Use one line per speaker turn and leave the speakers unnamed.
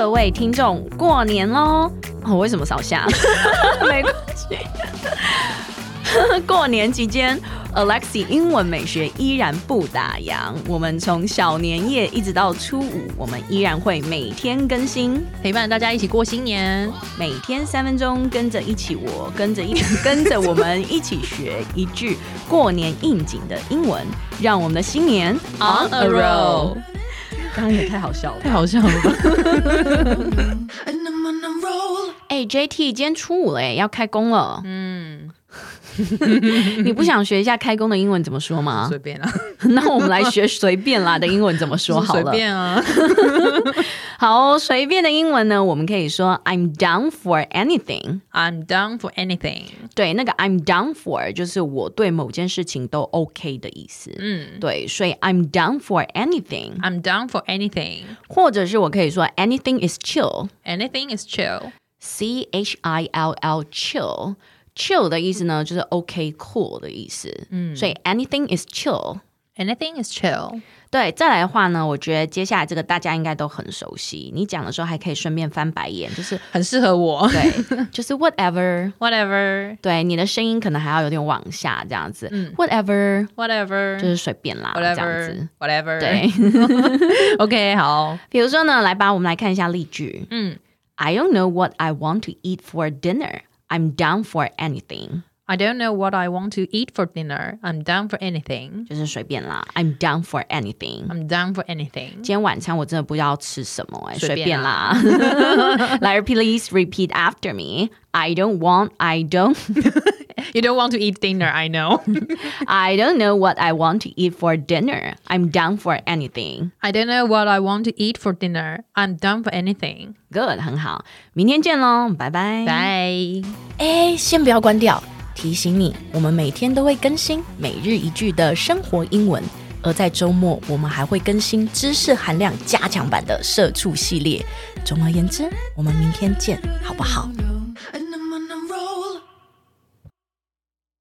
哦
位听众过年喽！哦，为什么少 下？没关系。 过年期间，Alexi 英文美学依然不打烊。我们从小年夜一直到初五，我们依然会每天更新，
陪伴大家一起过新年。
每天三分钟，跟着一起我，跟着一起跟着我们一起学一句过年应景的英文，让我们的新年
On a roll，
刚刚也太好笑了
太。好笑了吧？
And I'm on a roll.
哎、j t 今天初五了哎耶，要开工了。
嗯，
你不想学一下开工的英文怎么说吗
随？ 便啦，
那我们来学随便啦的英文怎么说好
随
了。
便啊。
好、随便的英文呢，我们可以说 I'm down for anything。
I'm down for anything。
对，那个 I'm down for 就是我对某件事情都 OK 的意思。
嗯
对，所以 I'm down for anything，
，I'm down for anything。
或者是我可以说 anything is chill。
Anything is chill。
C H I L L chill。chill 的意思呢，就是 OK cool 的意思。嗯，所以 anything is chill。
Anything is chill。
对，再来的话呢，我觉得接下来这个大家应该都很熟悉。你讲的时候还可以顺便翻白眼，就是
很适合我。
对，就是 whatever。
Whatever。
对，你的声音可能还要有点往下这样子、w h a t e v e r 就
Whatever。
是随便啦这样
Whatever
子。。
Whatever。
对，
OK，好。
比如说呢，来吧，我们来看一下例句。
嗯
I don't know what I want to eat for dinner. I'm down for anything，
，I don't know what I want to eat for dinner. I'm down for anything.
就是随便啦。I'm down for anything。
I'm down for anything.
今天晚餐我真的不知道吃什么、哎，随
随
便
便
啦。 来，please repeat after me. I don't want, I don't,
You don't want to eat dinner, I know.
I don't know what I want to eat for dinner. I'm down for anything.
I don't know what I want to eat for dinner. I'm down for anything.
Good，很好，明天见喽，拜拜。
Bye.
哎，先不要关掉，提醒你，我们每天都会更新每日一句的生活英文，而在周末我们还会更新知识含量加强版的社畜系列。总而言之，我们明天见，好不好？
No,